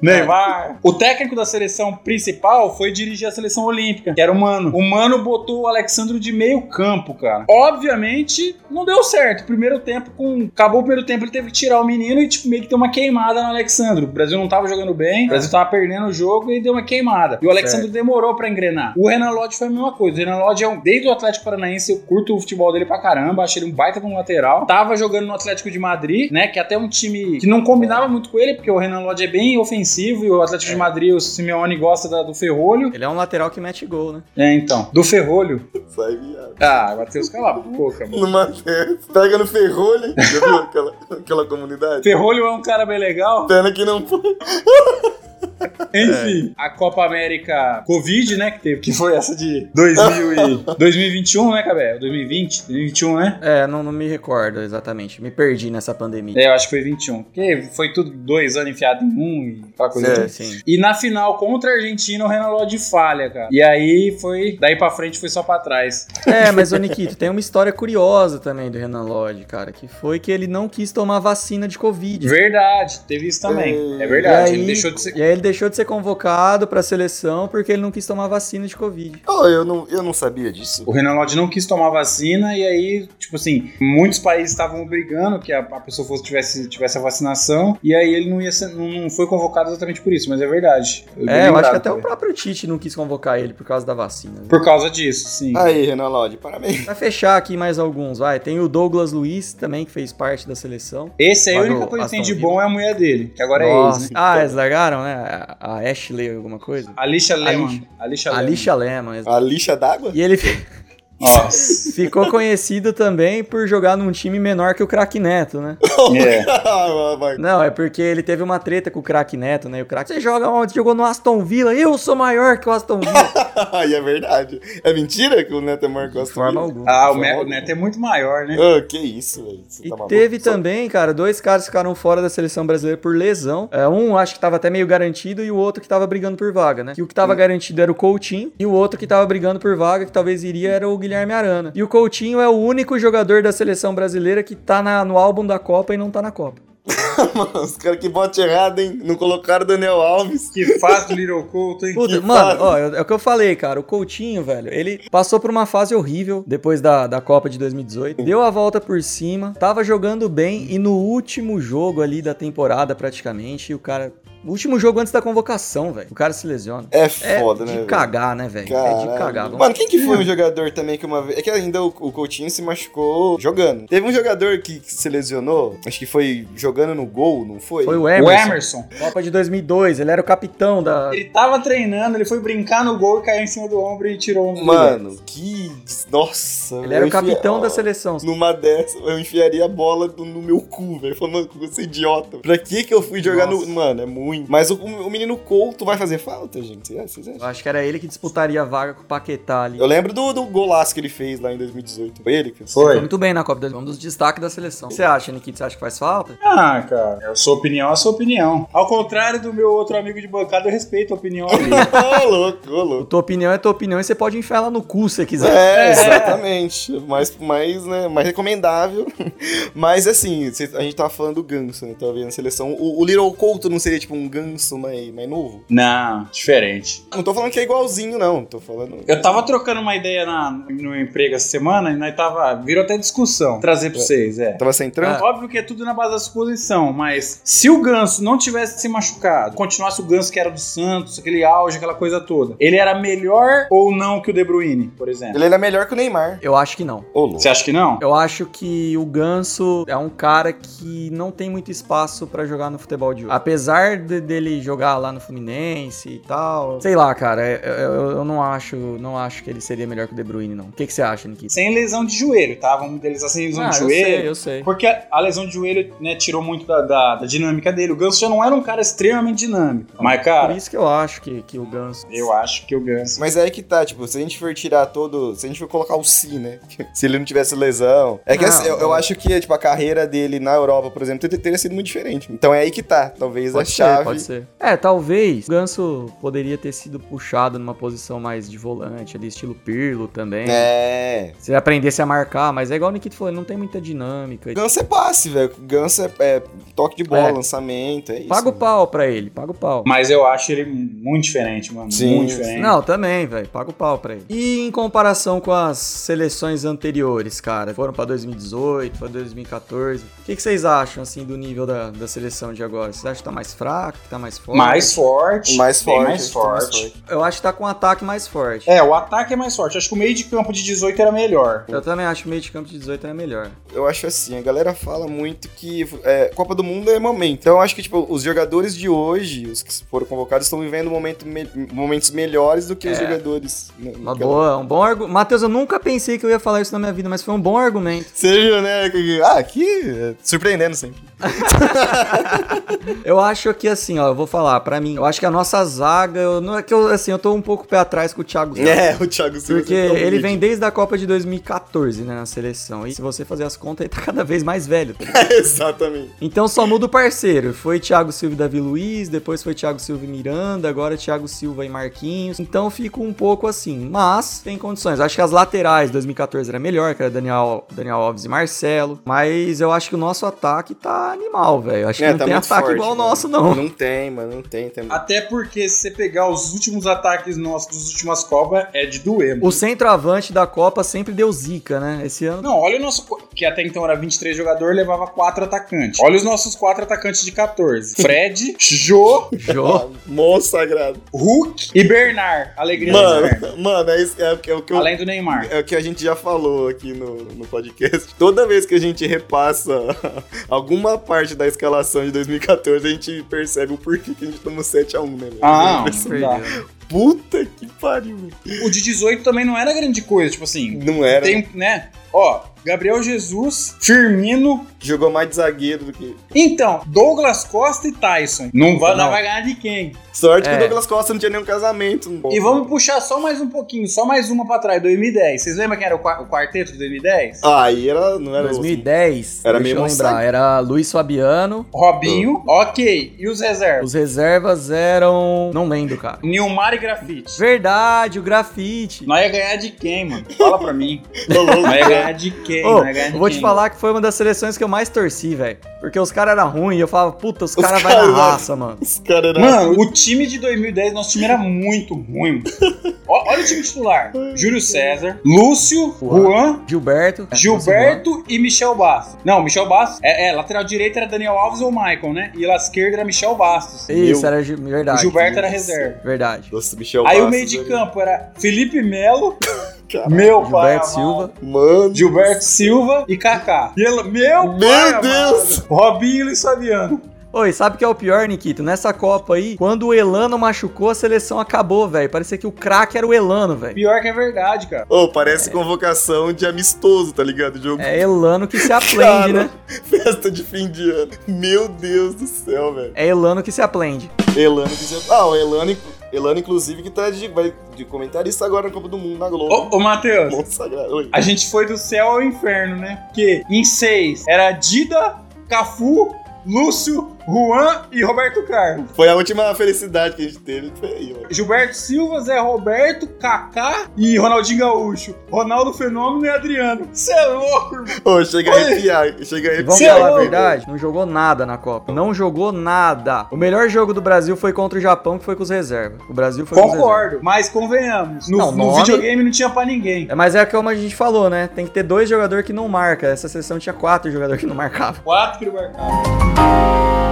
S5: Neymar. O técnico da seleção principal foi dirigir a seleção olímpica, que era o Mano. O Mano botou o Alexandro de meio campo, cara. Obviamente, não deu certo. Primeiro tempo, com acabou o primeiro tempo, ele teve que tirar o menino e tipo, meio que deu uma queimada no Alexandro. O Brasil não tava jogando bem, o Brasil tava perdendo o jogo e deu uma queimada. E o Alexandro demorou pra engrenar. O Renan Lodge foi a mesma coisa. O Renan Lodge é um, desde o Atlético Paranaense, eu curto o futebol dele pra caramba, acho ele um baita de um lateral. Tava jogando no Atlético de Madrid, né, que até é um time que não combinava muito com ele, porque o Renan Lodge é bem ofensivo e o Atlético de Madrid, o Simeone gosta da- do ferrolho.
S4: Ele é um lateral que mete gol, né?
S5: É, então, do ferrolho.
S6: Sai, viado.
S5: Ah, Matheus, cala a boca, mano.
S6: Numa festa. Pega no ferrolho. Já viu aquela, aquela comunidade?
S5: Ferrolho é um cara bem legal.
S6: Pena que não foi.
S5: Enfim, a Copa América Covid, né, que teve, que foi essa de 2000 e 2021, né, Cabé? 2020, 2021, né?
S4: É, não, não me recordo exatamente. Me perdi nessa pandemia.
S5: É, eu acho que foi 21. Porque foi tudo dois anos enfiado em um e aquela coisa.
S6: É.
S5: toda.
S4: Sim.
S5: E na final contra a Argentina, o Renan Lodge falha, cara. E aí foi. Daí pra frente foi só pra trás.
S4: É, mas ô Nikito, tem uma história curiosa também do Renan Lodge, cara, que foi que ele não quis tomar vacina de Covid.
S5: Verdade, teve isso também.
S6: Hum,
S5: É verdade.
S4: e aí,
S5: ele deixou de ser.
S4: E aí ele deixou de ser convocado pra seleção porque ele não quis tomar vacina de Covid.
S6: Oh, eu, não, eu não sabia disso.
S5: O Renan Lodge não quis tomar vacina e aí, tipo assim, muitos países estavam obrigando que a, a pessoa fosse tivesse, tivesse a vacinação e aí ele não ia ser, não, não foi convocado exatamente por isso, mas é verdade. bem
S4: É, eu acho
S5: lembrado
S4: que até o
S5: também.
S4: próprio Tite não quis convocar ele por causa da vacina. né?
S5: por causa disso, sim.
S4: Ah,
S6: Aí, Renan Lodge, parabéns.
S4: Vai fechar aqui mais alguns, vai. Tem o Douglas Luiz também, que fez parte da seleção.
S5: Esse aí, a
S4: Lá do
S5: única coisa que tem
S4: Aston
S5: de bom é a mulher dele, que agora é ex, né?
S4: Ah, eles largaram, né? A- A Ashley alguma coisa?
S5: Alicia Lehman. Alicia
S4: A
S5: Lehman.
S4: Lixa Lema. ex-
S6: A lixa d'água?
S4: E ele fi-
S5: Nossa.
S4: ficou conhecido também por jogar num time menor que o Crack Neto, né?
S5: É.
S6: Ah, vai.
S4: Não, é porque ele teve uma treta com o Crack Neto, né? E o Crack, você joga onde? Jogou no Aston Villa. Eu sou maior que o Aston Villa.
S6: Aí é verdade. É mentira que o Neto é maior que
S4: De
S6: o Aston
S4: forma
S6: Villa?
S4: alguma.
S5: Ah, o Meco Neto é muito maior, né?
S6: Ah, que isso, velho. Você
S4: E
S6: tá maluco?
S4: teve
S6: Só-
S4: também, cara, dois caras ficaram fora da seleção brasileira por lesão. É, um acho que tava até meio garantido e o outro que tava brigando por vaga, né? E o que
S6: Hum.
S4: tava garantido era o Coutinho e o outro que tava brigando por vaga, que talvez iria, era o Guilherme Arana. E o Coutinho é o único jogador da seleção brasileira que tá na- no álbum da Copa e não tá na Copa.
S6: Mano, os caras que bote errado, hein? Não colocaram o Daniel Alves.
S5: Que fácil, Little Couto, hein?
S4: Puta,
S6: Que
S4: mano,
S6: fase.
S4: ó, é é o que eu falei, cara. O Coutinho, velho, ele passou por uma fase horrível depois da, da Copa de 2018. Deu a volta por cima, tava jogando bem e no último jogo ali da temporada, praticamente, o cara. O último jogo antes da convocação, velho. O cara se lesiona.
S6: É
S4: É
S6: foda,
S4: de
S6: né? velho?
S4: cagar, né, velho? É de
S6: Caralho.
S4: cagar. Vamos-
S6: Mano, quem que foi um jogador também que uma vez. É que ainda o, o Coutinho se machucou jogando. Teve um jogador que, que se lesionou, acho que foi jogando no gol, não foi?
S4: Foi o
S5: O
S4: Emerson.
S5: Emerson.
S4: Copa de 2002, ele era o capitão da.
S5: Ele tava treinando, ele foi brincar no gol e caiu em cima do ombro e tirou um.
S6: Mano, que. des- Nossa,
S4: Ele era
S6: eu
S4: o capitão da
S6: enfia-
S4: seleção.
S6: Numa dessa, eu enfiaria a bola do- no meu cu, velho. Falando, mano, você é idiota. Pra que que eu fui jogar
S5: Nossa.
S6: no. Mano, é muito. Mas o, o menino Couto vai fazer falta, gente. Vocês acham? Vocês acham?
S4: Eu acho que era ele que disputaria a vaga com o Paquetá ali.
S6: é? Eu lembro do, do golaço que ele fez lá em 2018. Foi ele? que fez?
S5: Foi.
S4: Foi muito bem na Copa de um dos destaques da seleção. O que você acha, Nikito? Você acha que faz falta?
S5: Ah, cara, a sua opinião é a sua opinião. Ao contrário do meu outro amigo de bancada, eu respeito a opinião dele.
S6: Ô, louco, ô, louco.
S4: Tua opinião é tua opinião e você pode enfiar ela no cu se você quiser.
S6: É, exatamente. Mais, mais, né, mais recomendável. Mas assim, cê- a gente tava falando do Ganso, né? Tava vendo a seleção. O, o Little Couto não seria tipo um um ganso mais, mais novo?
S5: Não, diferente.
S6: Não tô falando que é igualzinho, não. Tô falando.
S5: Eu tava trocando uma ideia na, no emprego essa semana e nós tava. Virou até discussão. Trazer pra vocês, é.
S6: Tava sem
S4: Ah.
S6: trampo?
S5: Óbvio que é tudo na base da suposição, mas se o Ganso não tivesse se machucado, continuasse o Ganso que era do Santos, aquele auge, aquela coisa toda, ele era melhor ou não que o De Bruyne, por exemplo?
S6: Ele era melhor que o Neymar.
S4: Eu acho que não.
S6: Ô, louco.
S5: Você acha que não?
S4: Eu acho que o Ganso é um cara que não tem muito espaço pra jogar no futebol de hoje. Apesar de- dele jogar lá no Fluminense e tal, sei lá, cara, é- eu, eu- eu não acho, não acho que ele seria melhor que o De Bruyne não. O que que você acha, Nikita?
S5: Sem lesão de joelho, tá? Vamos idealizar sem lesão de
S4: Ah, eu
S5: joelho.
S4: sei, eu sei.
S5: Porque a, a lesão de joelho, né, tirou muito da, da- da dinâmica dele. O Ganso já não era um cara extremamente dinâmico. Mas,
S4: Por
S5: cara,
S4: isso que eu acho que, que o Ganso.
S5: eu acho que o Ganso.
S6: Mas é aí que tá, tipo, se a gente for tirar todo. Se a gente for colocar o si, né? se ele não tivesse lesão. É que
S4: Não,
S6: assim, eu, eu
S4: não.
S6: acho que, tipo, a carreira dele na Europa, por exemplo, ter- teria sido muito diferente. Então é aí que tá. Talvez
S4: Pode
S6: a
S4: ser,
S6: chave.
S4: pode ser. É, talvez o Ganso poderia ter sido puxado numa posição mais de volante, ali, estilo Pirlo também.
S6: É.
S4: Se ele aprendesse a marcar, mas é igual o Nikita falou, ele não tem muita dinâmica.
S6: Ganso é passe, velho. Ganso é, é toque de bola,
S4: É.
S6: lançamento, é isso.
S4: Paga o pau pra ele, paga o pau.
S5: Mas eu acho ele muito diferente, mano.
S6: Sim.
S5: muito diferente.
S4: Não, também, velho. Paga o pau pra ele. E em comparação com as seleções anteriores, cara? Foram pra 2018, pra 2014. O que, que vocês acham, assim, do nível da, da seleção de agora? Vocês acham que tá mais fraco, que tá mais forte?
S5: Mais forte.
S6: Mais
S5: bem
S6: forte,
S5: Mais
S6: tá mais
S5: forte.
S4: Eu acho que tá com um ataque mais forte.
S5: É, o ataque é mais forte. Acho que o meio de campo de 18 era melhor.
S4: Eu também acho que o meio de campo de 18 é melhor.
S6: Eu acho assim, a galera fala muito que é, Copa do Mundo é momento. Então eu acho que, tipo, os jogadores de hoje, os que foram convocados, estão vivendo momento me- momentos melhores do que os jogadores. na-
S4: Uma
S6: naquela-
S4: boa, um É. bom argumento. Matheus, eu nunca pensei que eu ia falar isso na minha vida, mas foi um bom argumento.
S6: Seja, né? que- Ah, aqui é surpreendendo sempre.
S4: Eu acho que, assim, ó, eu vou falar, pra mim, eu acho que a nossa zaga, eu, não é que eu, assim, eu tô um pouco pé atrás com o Thiago Silva.
S6: É, o Thiago Silva.
S4: Porque
S6: tá
S4: ele
S6: bonito.
S4: vem desde a Copa de 2014, né, na seleção. E se você fazer as contas, ele tá cada vez mais velho. tá ligado?
S6: Exatamente.
S4: Então só muda o parceiro. Foi Thiago Silva e Davi Luiz, depois foi Thiago Silva e Miranda, agora é Thiago Silva e Marquinhos. Então fica um pouco assim, mas tem condições. Acho que as laterais 2014 era melhor, que era Daniel, Daniel Alves e Marcelo. Mas eu acho que o nosso ataque tá animal, velho. Acho que
S6: É,
S4: não
S6: tá
S4: tem
S6: muito
S4: ataque
S6: forte,
S4: igual o
S6: mano.
S4: nosso, não. Ah.
S6: Não tem, mano, não tem. tem...
S5: Até porque se você pegar os últimos ataques nossos das últimas Copas, é de doer. mano.
S4: O centroavante da Copa sempre deu zica, né? Esse ano
S5: Não, olha o nosso. co- Que até então era 23 jogador, levava 4 atacantes. Olha os nossos 4 atacantes de 14: Fred, Jô,
S4: Jô.
S6: Moço sagrado.
S5: Hulk e Bernard. Alegria do Bernard.
S4: né?
S6: Mano, mano, é, isso- é, o que- é o que eu
S5: Além do Neymar.
S6: É o que a gente já falou aqui no, no podcast. Toda vez que a gente repassa alguma parte da escalação de 2014, a gente percebe o porquê que a gente tomou 7x1, né, velho?
S5: Ah, não,
S4: Perdeu.
S5: não dá.
S6: Puta que pariu, velho.
S5: O de 18 também não era grande coisa, tipo assim.
S6: Não era.
S5: Tem, né? Ó, Gabriel Jesus, Firmino.
S6: Jogou mais de zagueiro do que.
S5: Então, Douglas Costa e Tyson. Não vai, não
S4: Não.
S5: vai ganhar de quem?
S6: Sorte que
S4: É.
S6: o Douglas Costa não tinha nenhum casamento. né?
S5: E vamos puxar só mais um pouquinho, só mais uma pra trás, 2010. Vocês lembram quem era o, qua- o quarteto de 2010?
S6: Ah, Aí era, não era.
S4: 2010,
S6: Era
S4: deixa
S6: meio
S4: eu lembrar,
S6: moçada.
S4: era Luiz Fabiano,
S5: Robinho, ok. E os reservas?
S4: os reservas eram... Não lembro, cara.
S5: Nilmar e Grafite.
S4: Verdade, o grafite.
S5: Nós ia ganhar de quem, mano? Fala pra mim.
S6: Ô, louco.
S5: Nós ia ganhar de quem?
S4: Ô,
S5: Nós ia ganhar de
S4: eu vou te
S5: quem?
S4: falar que foi uma das seleções que eu mais torci, velho. Porque os caras eram ruins e eu falava, puta, os
S6: Os
S4: caras vai na
S6: caras-
S4: raça, mano.
S6: Esse cara era.
S5: Mano, o time de 2010, nosso time era muito ruim. Ó- olha o time titular: Júlio César, Lúcio, Juan.
S4: Gilberto.
S5: Gilberto e Michel Bastos. Não, Michel Bastos. É, é, lateral direito era Daniel Alves ou Michael, né? E lá esquerda era Michel Bastos.
S4: Isso,
S6: Meu.
S4: era Gil-
S5: o
S4: verdade.
S5: Gilberto era reserva.
S4: Verdade.
S6: Nossa, Michel
S5: Aí o
S6: Bastos,
S5: meio de
S6: velho.
S5: campo era Felipe Melo,
S6: Caralho.
S5: meu pai.
S4: Gilberto
S5: amado.
S4: Silva.
S6: Mano.
S5: Gilberto Silva e Kaká. E ele- meu pai.
S6: Meu Deus!
S5: amado. Robinho e Luiz Fabiano.
S4: Oi, sabe o que é o pior, Nikito? Nessa Copa aí, quando o Elano machucou, a seleção acabou, velho. Parecia que o craque era o Elano, velho.
S5: Pior que é verdade, cara.
S6: Ô, parece convocação de amistoso, tá ligado? Jogo
S4: É Elano que se aplende,
S6: Cara.
S4: né?
S6: festa de fim de ano. Meu Deus do céu, velho.
S4: É Elano que se aplende.
S6: Elano que você... Ah, o Elano, Elano, inclusive, que tá de, vai de comentarista agora na Copa do Mundo na Globo.
S5: Ô, ô Matheus.
S6: Monstro sagrado. Oi.
S5: A gente foi do céu ao inferno, né? Porque em seis era Dida, Cafu, Lúcio, Juan e Roberto Carlos.
S6: Foi a última felicidade que a gente teve. Foi aí, mano.
S5: Gilberto Silva, Zé Roberto, Kaká e Ronaldinho Gaúcho. Ronaldo Fenômeno e Adriano. Você é louco, irmão.
S6: Ô, chega a arrepiar. Chega a
S4: E Vamos
S5: Cê
S6: arrepiar.
S5: é
S4: falar a
S5: louco.
S4: verdade, não jogou nada na Copa. Não jogou nada. O melhor jogo do Brasil foi contra o Japão, que foi com os reservas. O Brasil foi com os reservas.
S5: Concordo, mas convenhamos. No,
S4: Não,
S5: no
S4: nome-
S5: videogame não tinha pra ninguém.
S4: É, mas é como a gente falou, né? Tem que ter dois jogadores que não marca. Essa sessão tinha quatro jogadores que não marcavam.
S5: Quatro que não marcaram.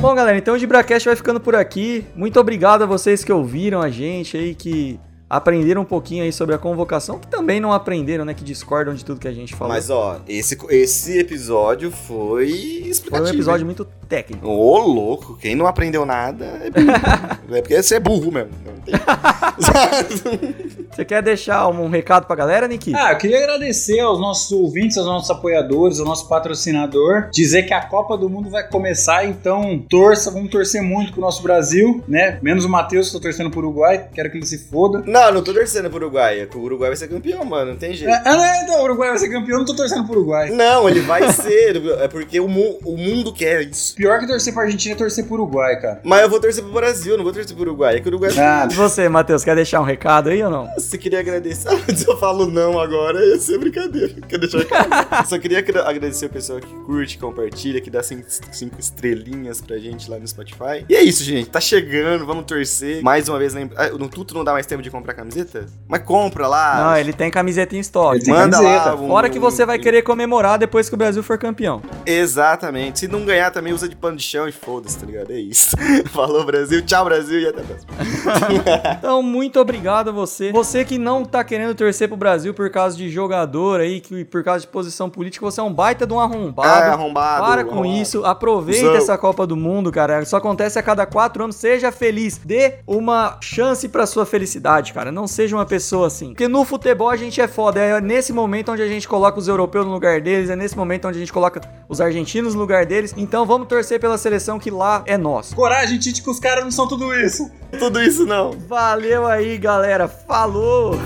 S4: Bom, galera, então o Dibracast vai ficando por aqui. Muito obrigado a vocês que ouviram a gente aí, que aprenderam um pouquinho aí sobre a convocação, que também não aprenderam, né? Que discordam de tudo que a gente falou.
S5: é
S6: Mas, ó, esse, esse episódio foi
S4: foi
S6: explicativo.
S4: um episódio
S5: né?
S4: muito técnico.
S6: Ô, louco, quem não aprendeu nada é burro. é porque você é burro mesmo. Não tem...
S4: Você quer deixar um recado pra galera, Niki?
S5: Ah, eu queria agradecer aos nossos ouvintes, aos nossos apoiadores, ao nosso patrocinador. Dizer que a Copa do Mundo vai começar, então torça, vamos torcer muito pro nosso Brasil, né? Menos o Matheus, que tô torcendo pro Uruguai, quero que ele se foda.
S6: não, não tô torcendo pro Uruguai. é que O Uruguai vai ser campeão, mano. Não tem jeito.
S4: É.
S5: Ah, não, então, o Uruguai vai ser campeão, não tô torcendo pro Uruguai.
S6: Não, ele vai ser. É porque o, mu- o mundo quer isso.
S5: Pior que torcer pra Argentina é torcer pro Uruguai, cara.
S6: Mas eu vou torcer pro Brasil, não vou torcer pro Uruguai. É que o Uruguai.
S5: Ah,
S4: E você, Matheus, quer deixar um recado aí ou não?
S6: Você queria agradecer? Ah, se eu falo não agora, ia ser brincadeira. Quer deixar claro. Só queria agra- agradecer o pessoal que curte, compartilha, que dá cinco, cinco estrelinhas pra gente lá no Spotify. E é isso, gente. Tá chegando, vamos torcer. Mais uma vez, lembra... ah, no Tuto não dá mais tempo de comprar camiseta? Mas compra lá.
S4: Não, ele tem camiseta em
S5: Ah. Ele
S4: estoque.
S5: tem
S6: Manda
S5: camiseta.
S6: lá. um-
S4: Fora que você vai querer comemorar depois que o Brasil for campeão.
S6: Exatamente. Se não ganhar também, usa de pano de chão e foda-se, tá ligado? É isso. Falou, Brasil. Tchau, Brasil. E até a próxima.
S4: Então, muito obrigado a você. Você que não tá querendo torcer pro Brasil por causa de jogador aí, que por causa de posição política, você é um baita de um
S6: Ah,
S4: arrombado.
S6: arrombado.
S4: Para com
S6: arrombado.
S4: isso, aproveita
S6: Zão.
S4: essa Copa do Mundo, cara. Isso acontece a cada quatro anos. Seja feliz, dê uma chance pra sua felicidade, cara. Não seja uma pessoa assim. Porque no futebol a gente é foda. É nesse momento onde a gente coloca os europeus no lugar deles, é nesse momento onde a gente coloca os argentinos no lugar deles. Então vamos torcer pela seleção que lá é nossa.
S5: coragem, Tite, que os caras não são tudo isso.
S6: Tudo isso não.
S4: Valeu aí, galera. Falou!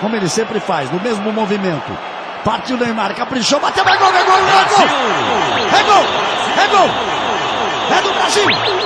S7: como ele sempre faz, no mesmo movimento. Partiu Neymar, caprichou, bateu, é gol, é gol, é gol! É gol! É gol! É do Brasil!